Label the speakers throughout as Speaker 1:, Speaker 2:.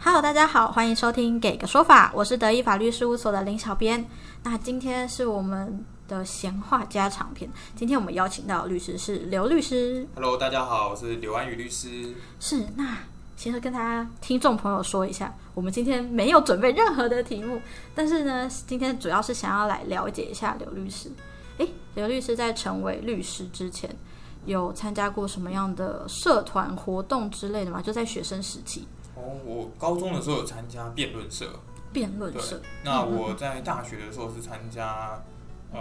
Speaker 1: Hello，大家好，欢迎收听《给个说法》，我是德意法律事务所的林小编。那今天是我们的闲话家常篇，今天我们邀请到的律师是刘律师。
Speaker 2: Hello，大家好，我是刘安宇律师。
Speaker 1: 是，那其实跟大家听众朋友说一下，我们今天没有准备任何的题目，但是呢，今天主要是想要来了解一下刘律师。诶，刘律师在成为律师之前，有参加过什么样的社团活动之类的吗？就在学生时期，
Speaker 2: 哦，我高中的时候有参加辩论社，
Speaker 1: 辩论
Speaker 2: 对
Speaker 1: 社。。
Speaker 2: 那我在大学的时候是参加呃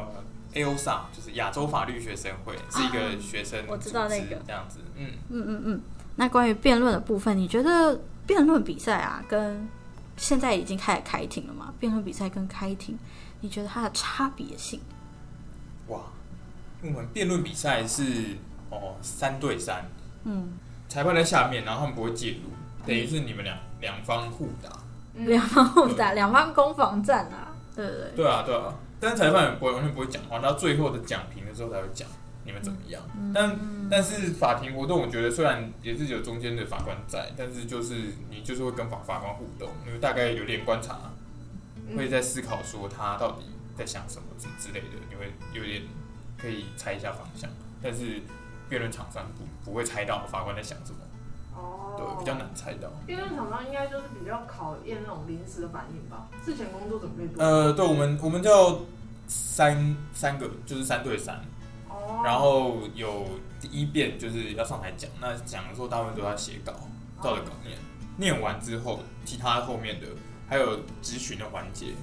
Speaker 2: AOSA，就是亚洲法律学生会，是一个学生
Speaker 1: 啊我知道那
Speaker 2: 组织
Speaker 1: 个
Speaker 2: 这样子。嗯，
Speaker 1: 嗯嗯嗯。那关于辩论的部分，你觉得辩论比赛啊，跟现在已经开始开庭了嘛？辩论比赛跟开庭，你觉得它的差别性？
Speaker 2: 哇，我们辩论比赛是哦三对三，
Speaker 1: 嗯，
Speaker 2: 裁判在下面，然后他们不会介入，等于是你们两两方互打。
Speaker 1: 两方互打，两方攻防战啊，嗯对不对？
Speaker 2: 对啊，对啊，但是裁判也不会完全不会讲话，到最后的讲评的时候才会讲你们怎么样。但但是法庭活动，我觉得虽然也是有中间的法官在，但是就是你就是会跟法法官互动，因为大概有点观察，会在思考说他到底在想什么什么之类的，你会有点可以猜一下方向。但是辩论场上不不会猜到法官在想什么，对，比较
Speaker 3: 哦，
Speaker 2: 难猜到。
Speaker 3: 辩论场上应该就是比较考验那种临时的反应吧，事前工作准备多。
Speaker 2: 呃，对，我们我们叫三三个，就是三对三。
Speaker 3: 哦，
Speaker 2: 然后有第一遍就是要上台讲，那讲的时候大部分都要写稿，
Speaker 3: 啊
Speaker 2: 照着稿
Speaker 3: 哦
Speaker 2: 念，念完之后，其他后面的还有咨询的环节，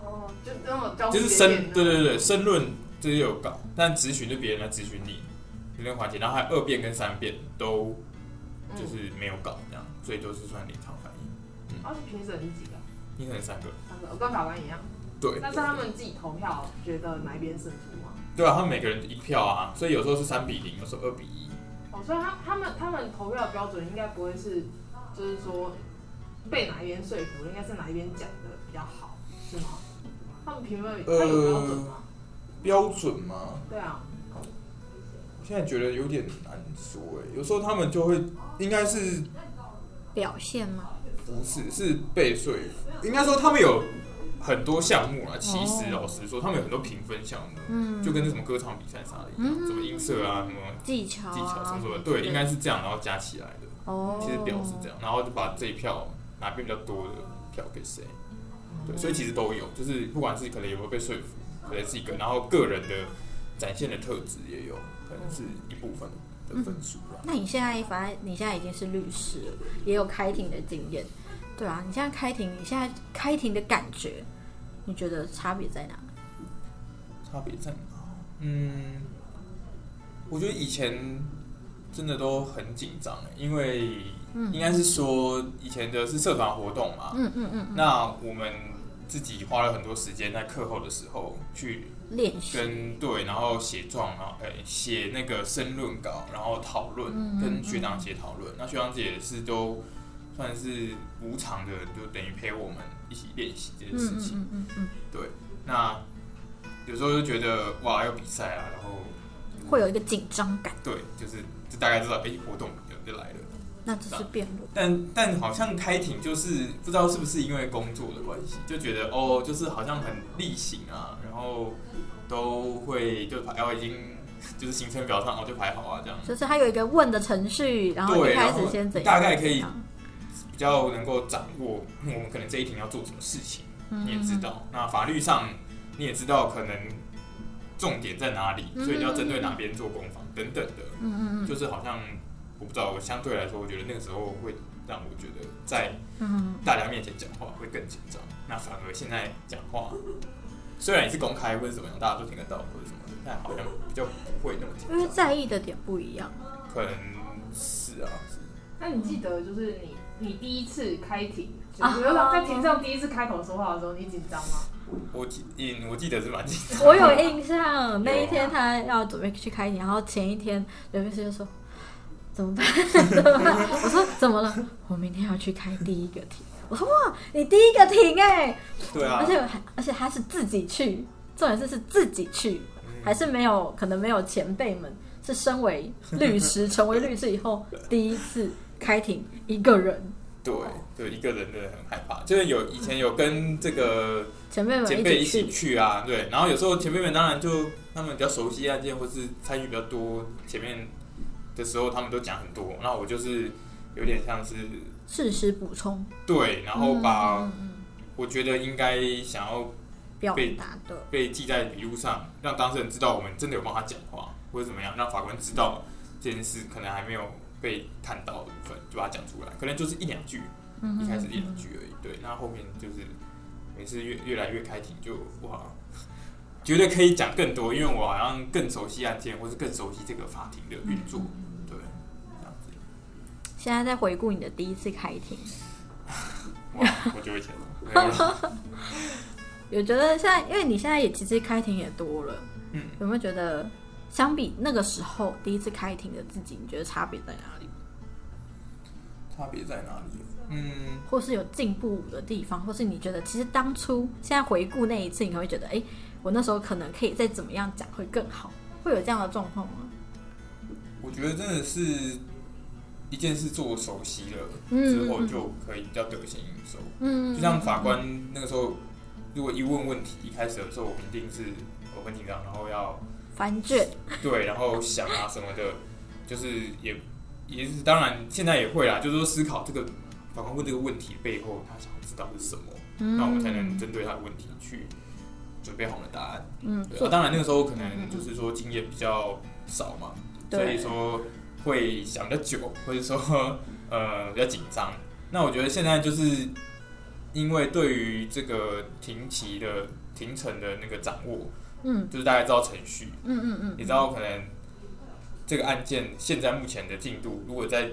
Speaker 3: 哦，就那种交
Speaker 2: 就是
Speaker 3: 叠
Speaker 2: 申
Speaker 3: 点啊
Speaker 2: 对对对申论这些有稿，但咨询就别人来咨询你，有那个环节，然后还有二遍跟三遍都
Speaker 3: 嗯
Speaker 2: 就是没有稿这样，所以都是算临场反应，
Speaker 3: 啊，是评审是几个？
Speaker 2: 你可能三个，
Speaker 3: 三个，跟法官一样。
Speaker 2: 对，
Speaker 3: 那是他们自己投票觉得哪一边胜出吗？
Speaker 2: 对啊，他们每个人一票啊，所以有时候是三比零，有时候二比一，
Speaker 3: 哦，所以他他们他们投票的标准应该不会是，就是说被哪一边说服，应该是哪一边讲的比较好，是吗？他们评
Speaker 1: 呃
Speaker 3: 论他
Speaker 2: 呃
Speaker 3: 有标准吗？
Speaker 2: 标准吗？
Speaker 3: 对啊，
Speaker 2: 我现在觉得有点难说哎，有时候他们就会，应该是
Speaker 1: 表现吗？
Speaker 2: 不是是被说服？应该说他们有很多项目啊。其实老实说，他们有很多评分项目，
Speaker 1: 哦嗯，
Speaker 2: 就跟那什么歌唱比赛啥的一样，
Speaker 1: 嗯
Speaker 2: 什么音色啊，什么
Speaker 1: 技巧、啊、
Speaker 2: 技巧什么什么，对，应该是这样，然后加起来的。
Speaker 1: 哦，
Speaker 2: 其实表是这样，然后就把这一票哪边比较多的票给谁。对，所以其实都有，就是不管是可能有没有被说服，可能是一个，然后个人的展现的特质也有，可能是一部分的分数啦。
Speaker 1: 那你现在反正你现在已经是律师了，也有开庭的经验，对啊，你现在开庭，你现在开庭的感觉，你觉得差别在哪？
Speaker 2: 差别在哪？嗯，我觉得以前真的都很紧张欸，因为应该是说以前的是社团活动嘛，
Speaker 1: 嗯嗯嗯，
Speaker 2: 那我们自己花了很多时间在课后的时候去
Speaker 1: 练习，
Speaker 2: 跟对，然后写状，然后哎写那个申论稿，然后讨论，
Speaker 1: 嗯嗯
Speaker 2: 跟学长姐讨论。那学长姐也是都算是无偿的，就等于陪我们一起练习这件
Speaker 1: 嗯
Speaker 2: 事
Speaker 1: 嗯
Speaker 2: 情。
Speaker 1: 嗯嗯嗯，
Speaker 2: 对，那有时候就觉得哇要比赛啊，然后
Speaker 1: 会有一个紧张感，
Speaker 2: 对，就是就大概知道哎、活动就来了。
Speaker 1: 那只是啊辩论，
Speaker 2: 但但好像开庭就是不知道是不是因为工作的关系，就觉得哦，就是好像很例行啊，然后都会就排，哦已经 就是行程表上哦就排好啊这样，
Speaker 1: 就是它有一个问的程序，然后
Speaker 2: 对
Speaker 1: 一开始
Speaker 2: 然后
Speaker 1: 先怎样，
Speaker 2: 大概可以
Speaker 1: 怎样
Speaker 2: 比较能够掌握嗯我们可能这一庭要做什么事情，
Speaker 1: 嗯
Speaker 2: 你也知道。那法律上你也知道可能重点在哪里，
Speaker 1: 嗯
Speaker 2: 所以你要针对哪边做攻防等等的，
Speaker 1: 嗯嗯嗯
Speaker 2: 就是好像我不知道，我相对来说，我觉得那个时候会让我觉得在。
Speaker 1: 嗯
Speaker 2: 大家面前讲话会更紧张，那反而现在讲话，虽然也是公开或者怎么样，大家都听得到或者什么的，但好像比较不会那么紧
Speaker 1: 嗯，因为
Speaker 2: 张。
Speaker 1: 在意的点不一 样，
Speaker 2: 可能是啊，是
Speaker 3: 那你记得就是你你第一次开庭，就
Speaker 1: 啊
Speaker 3: 是在庭上第一次开口说话的时候，你紧张吗？
Speaker 2: 我记，嗯，我记得是蛮紧张。
Speaker 1: 我有印象，那一天他要准备去开庭，然后前一天刘律师就说：“怎么办？怎么办？” 我说：“怎么了？我明天要去开第一个庭。”我说：“哇，你第一个庭哎、
Speaker 2: 对啊
Speaker 1: 而，且还而且他是自己去，重点是是自己去，
Speaker 2: 嗯
Speaker 1: 还是没有可能没有前辈们是身为律师成为律师以后第一次开庭一个人，
Speaker 2: 对，就一个人真的很害怕，就是有以前有跟这个
Speaker 1: 前辈们
Speaker 2: 前辈
Speaker 1: 一
Speaker 2: 一起
Speaker 1: 去，
Speaker 2: 去啊，对，然后有时候前辈们当然就他们比较熟悉案件或是参与比较多，前面的时候他们都讲很多，那我就是有点像是
Speaker 1: 事实补充，
Speaker 2: 对，然后把
Speaker 1: 嗯嗯嗯
Speaker 2: 我觉得应该想要
Speaker 1: 表
Speaker 2: 被
Speaker 1: 达的
Speaker 2: 被记在笔录上，让当事人知道我们真的有帮他讲话，或者怎么样，让法官知道这件事可能还没有被看到的部分，就把它讲出来，可能就是一两句，
Speaker 1: 嗯
Speaker 2: 一开始一两句而已。对，那后面就是每次越越来越开庭就，哇，觉得可以讲更多，因为我好像更熟悉案件，或是更熟悉这个法庭的运作。对，这样子，
Speaker 1: 现在在回顾你的第一次开庭，
Speaker 2: 哇， 我就会讲，没有了
Speaker 1: 有觉得现在，因为你现在也其实开庭也多了，
Speaker 2: 嗯，
Speaker 1: 有没有觉得相比那个时候第一次开庭的自己，你觉得差别在哪里？
Speaker 2: 差别在哪里？嗯。
Speaker 1: 或是有进步的地方，或是你觉得其实当初现在回顾那一次，你会觉得，哎、我那时候可能可以再怎么样讲会更好，会有这样的状况吗？
Speaker 2: 我觉得真的是一件事做熟悉了
Speaker 1: 嗯
Speaker 2: 之后，就可以比较得心应手。
Speaker 1: 嗯
Speaker 2: 就像法官那个时候，如果一问问题，一开始的时候我们一定是我很紧张，然后要
Speaker 1: 翻卷，
Speaker 2: 对，然后想啊什么的，就是也也是当然现在也会啦，就是说思考这个法官问这个问题背后他想要知道是什么，
Speaker 1: 嗯
Speaker 2: 那我们才能针对他的问题去准备好我们的答案。
Speaker 1: 嗯
Speaker 2: 对啊，
Speaker 1: 做
Speaker 2: 当然那个时候可能就是说经验比较少嘛，所
Speaker 1: 对
Speaker 2: 以说会想的久，或者说 呃比较紧张。那我觉得现在就是因为对于这个停棋的停程的那个掌握，
Speaker 1: 嗯
Speaker 2: 就是大概知道程序，
Speaker 1: 嗯嗯嗯，
Speaker 2: 也知道可能这个案件现在目前的进度，如果在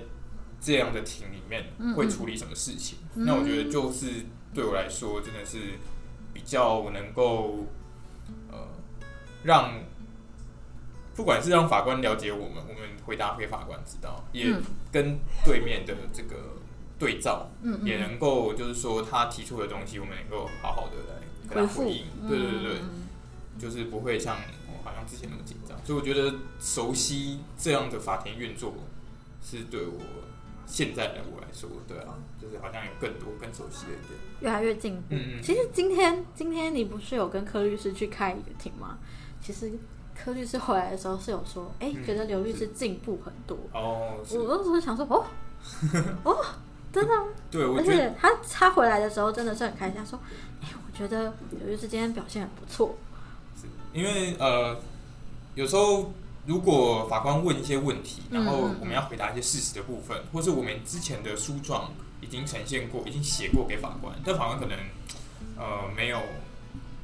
Speaker 2: 这样的庭里面
Speaker 1: 嗯
Speaker 2: 会处理什么事情，
Speaker 1: 嗯
Speaker 2: 那我觉得就是对我来说真的是比较能够呃让。不管是让法官了解我们，我们回答给法官知道，也
Speaker 1: 嗯
Speaker 2: 跟对面的这个对照，
Speaker 1: 嗯嗯
Speaker 2: 也能够就是说他提出的东西，我们能够好好的来跟
Speaker 1: 回
Speaker 2: 他
Speaker 1: 复
Speaker 2: 回应。，对对对对，
Speaker 1: 嗯
Speaker 2: 就是不会像我好像之前那么紧张，所以我觉得熟悉这样的法庭运作是对我现在的我来说，对啊，就是好像有更多更熟悉了一点。
Speaker 1: 越来越进步。
Speaker 2: 嗯嗯
Speaker 1: 其实今天今天你不是有跟柯律师去开庭吗？其实柯律师回来的时候是有说，哎、
Speaker 2: 嗯
Speaker 1: 觉得刘律师进步很多。
Speaker 2: 哦，是
Speaker 1: 我那时候想说，哦哦，真的吗，
Speaker 2: 对，我
Speaker 1: 而
Speaker 2: 觉得
Speaker 1: 且他他回来的时候真的是很开心，他说，哎、我觉得刘律师今天表现很不错。
Speaker 2: 是因为呃，有时候如果法官问一些问题，
Speaker 1: 嗯
Speaker 2: 然后我们要回答一些事实的部分，或是我们之前的书状已经呈现过，已经写过给法官，但法官可能呃没有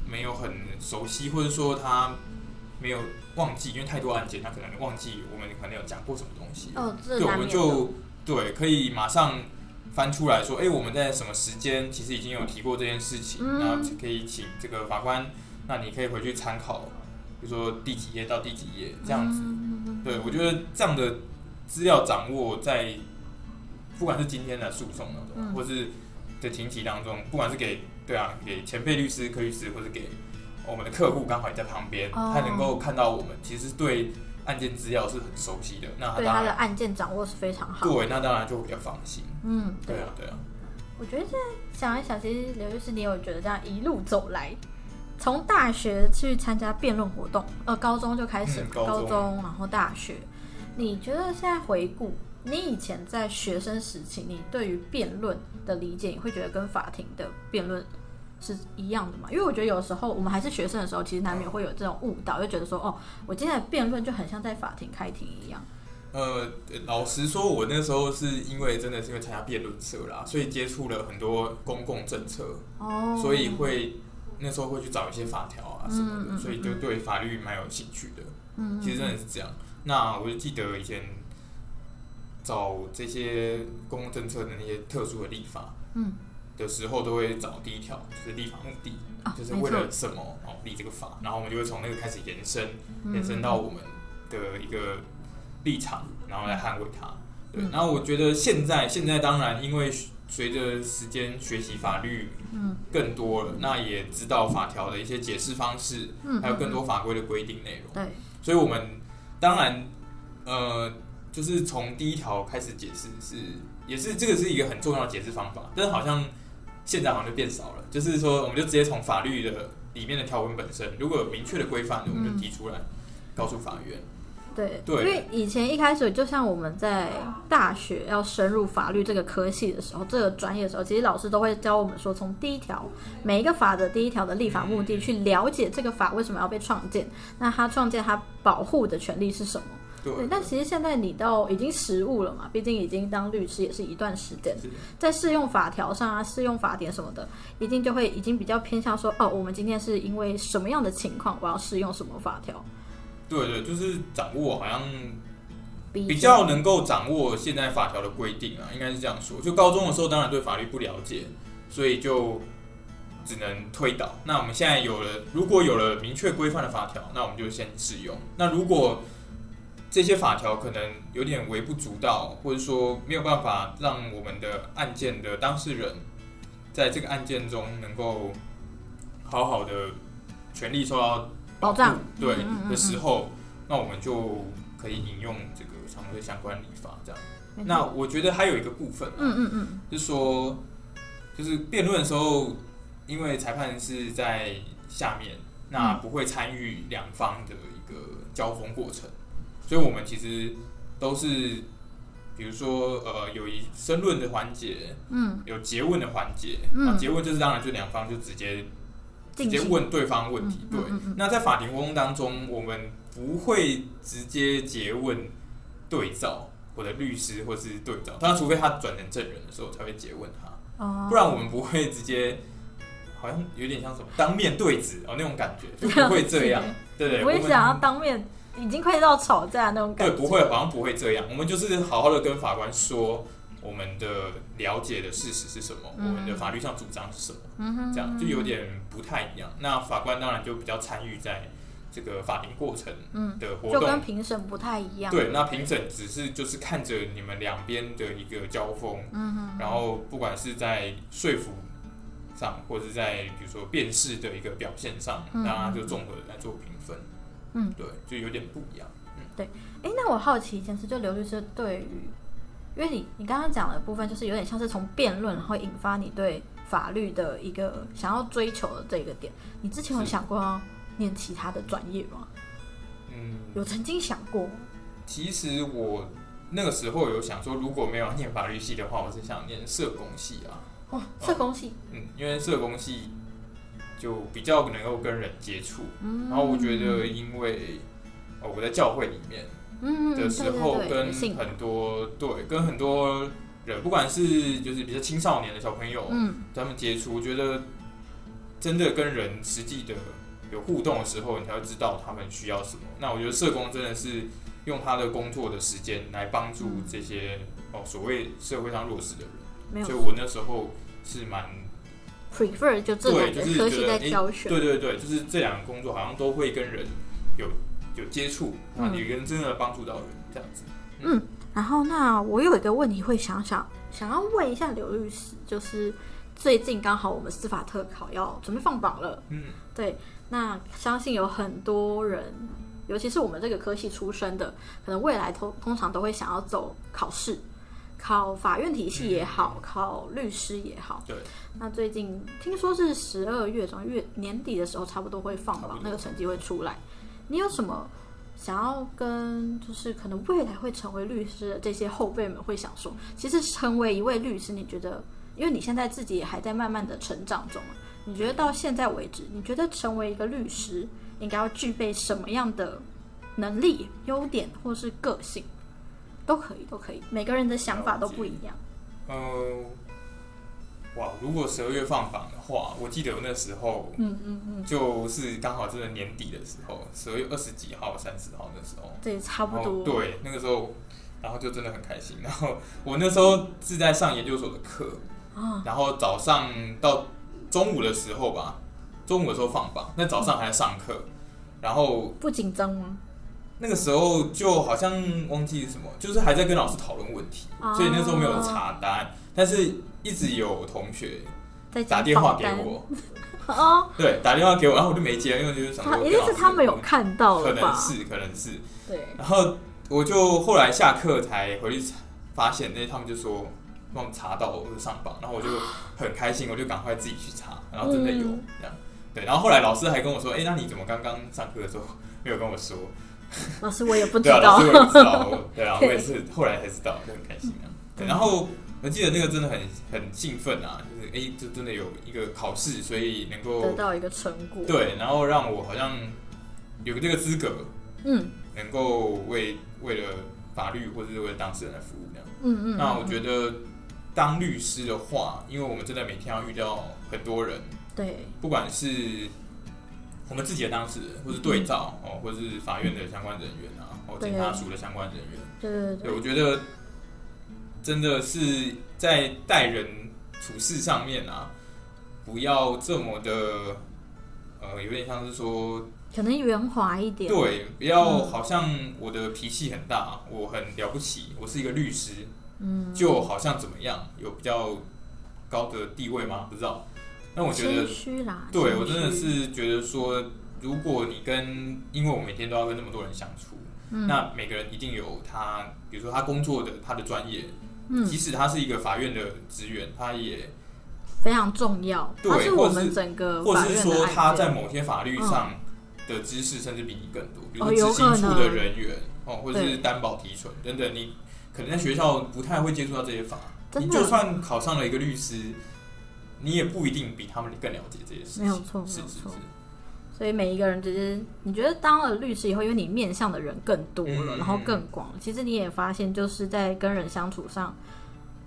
Speaker 2: 没有很熟悉，或者说他没有忘记，因为太多案件，他可能忘记我们可能有讲过什么东西。
Speaker 1: 哦，这
Speaker 2: 对，我
Speaker 1: 难免
Speaker 2: 们
Speaker 1: 的
Speaker 2: 就对可以马上翻出来说，哎、我们在什么时间其实已经有提过这件事情，
Speaker 1: 嗯
Speaker 2: 然后可以请这个法官，那你可以回去参考，比如说第几页到第几页这样子。
Speaker 1: 嗯嗯嗯
Speaker 2: 对，我觉得这样的资料掌握在不管是今天的诉讼当中，
Speaker 1: 嗯
Speaker 2: 或是的庭期当中，不管是给对啊给前辈律师、科律师，或是给我们的客户刚好也在旁边，
Speaker 1: 哦
Speaker 2: 他能够看到我们其实对案件资料是很熟悉的，那他
Speaker 1: 对
Speaker 2: 当
Speaker 1: 他
Speaker 2: 然
Speaker 1: 的案件掌握是非常好。
Speaker 2: 对，那当然就会比较放心。
Speaker 1: 嗯，
Speaker 2: 对啊，对啊，
Speaker 1: 我觉得现在想一想，其实刘律师，你有觉得这样一路走来，从大学去参加辩论活动，呃，高中就开始嘛，
Speaker 2: 嗯高中
Speaker 1: 然后大学，你觉得现在回顾你以前在学生时期，你对于辩论的理解，你会觉得跟法庭的辩论是一样的吗？因为我觉得有时候我们还是学生的时候，其实难免会有这种误导，就觉得说，哦，我今天的辩论就很像在法庭开庭一样。
Speaker 2: 呃，老实说，我那时候是因为真的是因为参加辩论社啦，所以接触了很多公共政策，
Speaker 1: 哦，
Speaker 2: 所以会那时候会去找一些法条啊什么
Speaker 1: 嗯嗯
Speaker 2: 的，
Speaker 1: 嗯
Speaker 2: 所以就对法律蛮有兴趣的。
Speaker 1: 嗯，
Speaker 2: 其实真的是这样。那我就记得以前找这些公共政策的那些特殊的立法，
Speaker 1: 嗯，
Speaker 2: 的时候都会找第一条，就是立法目的，
Speaker 1: 啊
Speaker 2: 就是
Speaker 1: 没
Speaker 2: 为
Speaker 1: 错
Speaker 2: 了什么哦立这个法，然后我们就会从那个开始延伸，
Speaker 1: 嗯
Speaker 2: 延伸到我们的一个立场，然后来捍卫它。对
Speaker 1: 嗯，
Speaker 2: 然后我觉得现在现在当然因为随着时间学习法律，嗯，更多了，那也知道法条的一些解释方式，
Speaker 1: 嗯
Speaker 2: 还有更多法规的规定内容。
Speaker 1: 对，
Speaker 2: 所以我们当然，呃，就是从第一条开始解释是，也是这个是一个很重要的解释方法，但是好像现在好像就变少了，就是说我们就直接从法律的里面的条文本身，如果有明确的规范，我们就提出来。告诉法院，
Speaker 1: 对，
Speaker 2: 对
Speaker 1: 因为以前一开始，就像我们在大学要深入法律这个科系的时候，这个专业的时候，其实老师都会教我们说，从第一条每一个法的第一条的立法目的去了解这个法为什么要被创建，那它创建它保护的权利是什么？
Speaker 2: 对，
Speaker 1: 对，但其实现在你到已经实务了嘛，毕竟已经当律师也是一段时间
Speaker 2: 是，
Speaker 1: 在适用法条上啊、适用法典什么的，一定就会已经比较偏向说，哦，我们今天是因为什么样的情况，我要适用什么法条，
Speaker 2: 对对，就是掌握好像
Speaker 1: 比
Speaker 2: 比
Speaker 1: 起
Speaker 2: 较能够掌握现在法条的规定啊，应该是这样说。就高中的时候，当然对法律不了解，所以就只能推导。那我们现在有了，如果有了明确规范的法条，那我们就先适用。那如果这些法条可能有点微不足道，或者说没有办法让我们的案件的当事人在这个案件中能够好好的权利受到
Speaker 1: 保障
Speaker 2: 对
Speaker 1: 嗯嗯嗯嗯
Speaker 2: 的时候，那我们就可以引用这个常规相关立法这样。
Speaker 1: 没错
Speaker 2: 那我觉得还有一个部分啊、
Speaker 1: 嗯嗯嗯，
Speaker 2: 就是说，就是辩论的时候，因为裁判是在下面，那不会参与两方的一个交锋过程，所以我们其实都是，比如说呃，有一申论的环节，
Speaker 1: 嗯，
Speaker 2: 有诘问的环节，
Speaker 1: 嗯
Speaker 2: 那诘问就是当然就两方就直接直
Speaker 1: 进
Speaker 2: 接
Speaker 1: 行
Speaker 2: 问对方问题。
Speaker 1: 嗯嗯
Speaker 2: 对，
Speaker 1: 嗯嗯
Speaker 2: 那在法庭公当中，我们不会直接诘问对照我的律师或是对照，当然除非他转成证人的时候才会诘问他，
Speaker 1: 哦，
Speaker 2: 不然我们不会直接。好像有点像什么当面对质哦那种感觉，就不会这样
Speaker 1: 了解，
Speaker 2: 对对，
Speaker 1: 我也
Speaker 2: 们
Speaker 1: 想要当面，已经快到吵架那种感
Speaker 2: 对，
Speaker 1: 觉，
Speaker 2: 不会，好像不会这样。我们就是好好的跟法官说我们的了解的事实是什么，
Speaker 1: 嗯
Speaker 2: 我们的法律上主张是什么，
Speaker 1: 嗯哼，
Speaker 2: 这样就有点不太一样。那法官当然就比较参与在这个法庭过程
Speaker 1: 嗯，
Speaker 2: 的活
Speaker 1: 就
Speaker 2: 动。
Speaker 1: 跟评审不太一样，，
Speaker 2: 对，那评审只是就是看着你们两边的一个交锋，
Speaker 1: 嗯哼，
Speaker 2: 然后不管是在说服上，或者是在比如说辨识的一个表现上，
Speaker 1: 嗯
Speaker 2: 大家就综合地来做评分。
Speaker 1: 嗯，
Speaker 2: 对，就有点不一样。
Speaker 1: 哎，那我好奇一件事，就刘律师对于，因为你你刚刚讲的部分，就是有点像是从辩论，然后引发你对法律的一个想要追求的这个点。你之前有
Speaker 2: 是
Speaker 1: 想过要念其他的专业吗？
Speaker 2: 嗯，
Speaker 1: 有曾经想过？
Speaker 2: 其实我那个时候有想说，如果没有要念法律系的话，我是想念社工系啊。
Speaker 1: 哦，社工系，
Speaker 2: 嗯，因为社工系就比较能够跟人接触，
Speaker 1: 嗯，
Speaker 2: 然后我觉得，因为呃我在教会里面
Speaker 1: 嗯
Speaker 2: 的时候，
Speaker 1: 对对对
Speaker 2: 跟
Speaker 1: 女性，
Speaker 2: 很多对跟很多人，不管是就是比较青少年的小朋友，
Speaker 1: 嗯，
Speaker 2: 他们接触，我觉得真的跟人实际的有互动的时候，你才会知道他们需要什么。那我觉得社工真的是用他的工作的时间来帮助这些哦所谓社会上弱势的人，
Speaker 1: 嗯没有
Speaker 2: 所以我那时候是蛮
Speaker 1: prefer 就这
Speaker 2: 对，
Speaker 1: 两
Speaker 2: 就
Speaker 1: 个
Speaker 2: 是
Speaker 1: 科
Speaker 2: 觉
Speaker 1: 系
Speaker 2: 得
Speaker 1: 在
Speaker 2: 诶
Speaker 1: 挑选，
Speaker 2: 对对对，就是这两个工作好像都会跟人有有接触，
Speaker 1: 嗯
Speaker 2: 啊，你跟真的帮助到人这样子。
Speaker 1: 然后，那我有一个问题会想想想要问一下刘律师，就是最近刚好我们司法特考要准备放榜了，
Speaker 2: 嗯，
Speaker 1: 对，那相信有很多人，尤其是我们这个科系出身的，可能未来通通常都会想要走考试，考法院体系也好，考律师也好。
Speaker 2: 嗯对，
Speaker 1: 那最近听说是十二月中月年底的时候，差不多会放
Speaker 2: 差不
Speaker 1: 榜
Speaker 2: 多，
Speaker 1: 那个成绩会出来。你有什么想要跟就是可能未来会成为律师的这些后辈们会想说，其实成为一位律师，你觉得，因为你现在自己也还在慢慢的成长中嘛，你觉得到现在为止，你觉得成为一个律师应该要具备什么样的能力、优点或是个性？都可以，都可以，每个人的想法都不一样。
Speaker 2: 呃，哇，如果十二月放榜的话，我记得我那时候
Speaker 1: 嗯嗯嗯，
Speaker 2: 就是刚好真的年底的时候，十二月二十几号、三十号那时候，
Speaker 1: 这也差不
Speaker 2: 然后
Speaker 1: 多。，
Speaker 2: 哦对，那个时候，然后就真的很开心。然后我那时候是在上研究所的课，
Speaker 1: 啊，
Speaker 2: 然后早上到中午的时候吧，中午的时候放榜，那早上还在上课，然后
Speaker 1: 不紧张吗？
Speaker 2: 那个时候就好像忘记什么，就是还在跟老师讨论问题，
Speaker 1: 哦
Speaker 2: 所以那时候没有查答案，但是一直有同学
Speaker 1: 在
Speaker 2: 打电话给我，
Speaker 1: 哦，
Speaker 2: 对，打电话给我，然后我就没接，因为我就是想
Speaker 1: 他
Speaker 2: 说
Speaker 1: 一
Speaker 2: 跟
Speaker 1: 定
Speaker 2: 老
Speaker 1: 是
Speaker 2: 师
Speaker 1: 他们有
Speaker 2: 问
Speaker 1: 看到
Speaker 2: 可
Speaker 1: 了吧
Speaker 2: 能？是可能是，
Speaker 1: 对，
Speaker 2: 然后我就后来下课才回去查发现，那他们就说帮我们查到我是上榜，然后我就很开心，我就赶快自己去查，然后真的有、
Speaker 1: 嗯
Speaker 2: 这样。对，然后后来老师还跟我说：“哎、那你怎么刚刚上课的时候没有跟我说
Speaker 1: 老师我也不？”知
Speaker 2: 对啊，
Speaker 1: 道
Speaker 2: 老师，我也不知道，我对啊，我
Speaker 1: 对
Speaker 2: 也是后来才知道，就很开心啊。对，然后我记得那个真的很很兴奋啊，就是哎，这、真的有一个考试，所以能
Speaker 1: 得
Speaker 2: 够
Speaker 1: 到一个成果。，
Speaker 2: 对，然后让我好像有这个资格，
Speaker 1: 嗯
Speaker 2: 能够为为了法律或者是为了当事人来服务这样。
Speaker 1: 嗯嗯。
Speaker 2: 那我
Speaker 1: 得
Speaker 2: 觉得当律师的话，因为我们真的每天要遇到很多人，
Speaker 1: 对，
Speaker 2: 不管是我们自己的当事人，或是对照、哦，或是法院的相关人员啊，哦，
Speaker 1: 嗯对
Speaker 2: 检察署的相关人员，
Speaker 1: 对对
Speaker 2: 对
Speaker 1: 对，
Speaker 2: 我觉得真的是在待人处事上面啊，不要这么的呃，有点像是说
Speaker 1: 可能圆滑一点。
Speaker 2: 对，不要
Speaker 1: 嗯
Speaker 2: 好像我的脾气很大，我很了不起，我是一个律师，
Speaker 1: 嗯，
Speaker 2: 就好像怎么样，有比较高的地位吗？不知道。那我觉
Speaker 1: 谦
Speaker 2: 得，
Speaker 1: 虚啦。
Speaker 2: 对
Speaker 1: 谦
Speaker 2: 我真的
Speaker 1: 虚，
Speaker 2: 是觉得说，如果你跟，因为我每天都要跟那么多人相处，
Speaker 1: 嗯
Speaker 2: 那每个人一定有他，比如说他工作的他的专业，
Speaker 1: 嗯
Speaker 2: 即使他是一个法院的职员，他也
Speaker 1: 非常重要，
Speaker 2: 对
Speaker 1: 它是我
Speaker 2: 或
Speaker 1: 们
Speaker 2: 是
Speaker 1: 整个
Speaker 2: 或
Speaker 1: 呃法
Speaker 2: 者是
Speaker 1: 院
Speaker 2: 说
Speaker 1: 的
Speaker 2: 他
Speaker 1: 案
Speaker 2: 在
Speaker 1: 件。嗯
Speaker 2: 某些法律上的知识，甚至比你更多，比
Speaker 1: 哦
Speaker 2: 如
Speaker 1: 有
Speaker 2: 说执行
Speaker 1: 可
Speaker 2: 处
Speaker 1: 能
Speaker 2: 的人员哦，或者
Speaker 1: 对
Speaker 2: 是担保提存等等，你可能在学校不太会接触到这些法，
Speaker 1: 真
Speaker 2: 你
Speaker 1: 的
Speaker 2: 就算考上了一个律师，你也不一定比他们更了解这些事情。
Speaker 1: 没有错
Speaker 2: 是
Speaker 1: 没有
Speaker 2: 是
Speaker 1: 错
Speaker 2: 是，
Speaker 1: 所以每一个人只是你觉得当了律师以后，因为你面向的人更多了，
Speaker 2: 嗯
Speaker 1: 然后更广了，其实你也发现就是在跟人相处上，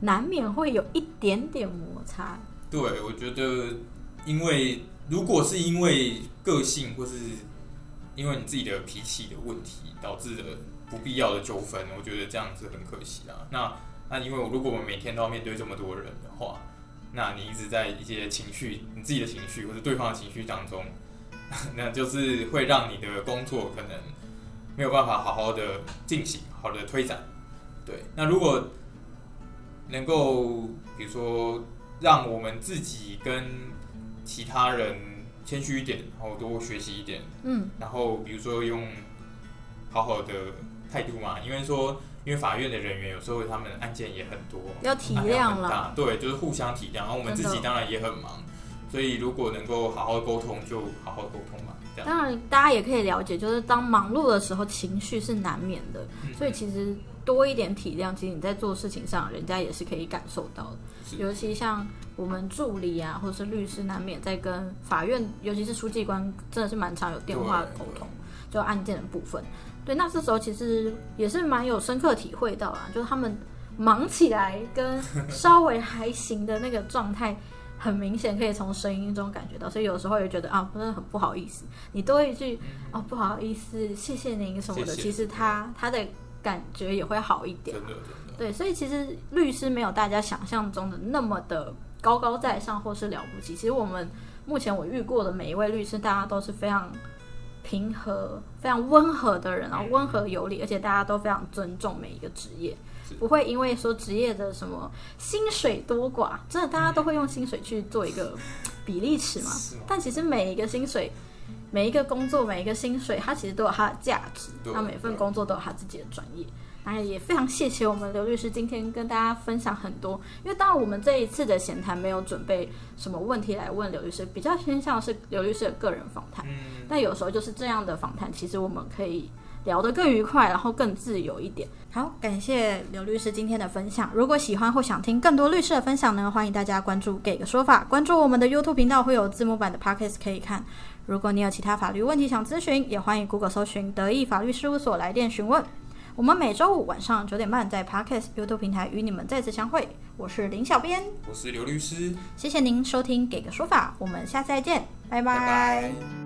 Speaker 1: 难免会有一点点摩擦。
Speaker 2: 对，我觉得，因为如果是因为个性或是因为你自己的脾气的问题导致的不必要的纠纷，我觉得这样是很可惜啊。那那因为我如果我们每天都要面对这么多人的话，那你一直在一些情绪、你自己的情绪或者对方的情绪当中， 那就是会让你的工作可能没有办法好好的进行、好的推展。对，那如果能够比如说让我们自己跟其他人谦虚一点，然后多学习一点，
Speaker 1: 嗯，
Speaker 2: 然后比如说用好好的态度嘛，因为说因为法院的人员有时候他们案件也很多，
Speaker 1: 要体
Speaker 2: 案量
Speaker 1: 谅
Speaker 2: 很
Speaker 1: 啦。
Speaker 2: 大，对，就是互相体谅。然后我们自
Speaker 1: 真
Speaker 2: 己
Speaker 1: 的
Speaker 2: 当然也很忙，所以如果能够好好沟通，就好好沟通嘛，这样。
Speaker 1: 当然，大家也可以了解，就是当忙碌的时候，情绪是难免的，
Speaker 2: 嗯
Speaker 1: 所以其实多一点体谅，其实你在做事情上，人家也是可以感受到的。
Speaker 2: 是
Speaker 1: 尤其像我们助理啊，或是律师，难免在跟法院，尤其是书记官，真的是蛮常有电话
Speaker 2: 对
Speaker 1: 沟通，就案件的部分。对，那这时候其实也是蛮有深刻体会到啊， 就是他们忙起来跟稍微还行的那个状态，很明显可以从声音中感觉到，所以有时候也觉得啊，真的很不好意思，你多一句哦不好意思，谢谢您什么的，
Speaker 2: 嗯谢谢
Speaker 1: 其实他他的感觉也会好一点
Speaker 2: 真。的真的，
Speaker 1: 对，所以其实律师没有大家想象中的那么的高高在上或是了不起。其实我们目前我遇过的每一位律师，大家都是非常平和、非常温和的人，然后温和有礼，而且大家都非常尊重每一个职业
Speaker 2: 是，
Speaker 1: 不会因为说职业的什么薪水多寡，真的大家都会用薪水去做一个比例尺嘛
Speaker 2: 是吗。
Speaker 1: 但其实每一个薪水。每一个工作，每一个薪水，它其实都有它的价值。
Speaker 2: 对
Speaker 1: 那每份
Speaker 2: 对
Speaker 1: 工作都有它自己的专业。那也非常谢谢我们刘律师今天跟大家分享很多，因为当然我们这一次的闲谈没有准备什么问题来问刘律师，比较偏向是刘律师的个人访谈。
Speaker 2: 嗯，
Speaker 1: 但有时候就是这样的访谈，其实我们可以聊得更愉快，然后更自由一点。好，感谢刘律师今天的分享。如果喜欢或想听更多律师的分享呢，欢迎大家关注“给个说法”，关注我们的 YouTube 频道，会有字幕版的 Podcast 可以看。如果你有其他法律问题想咨询，也欢迎 Google 搜寻“德意法律事务所”来电询问。我们每周五晚上九点半在 Podcast YouTube 平台与你们再次相会。我是林小编，
Speaker 2: 我是刘律师，
Speaker 1: 谢谢您收听《给个说法》，我们下次再见，拜
Speaker 2: 拜拜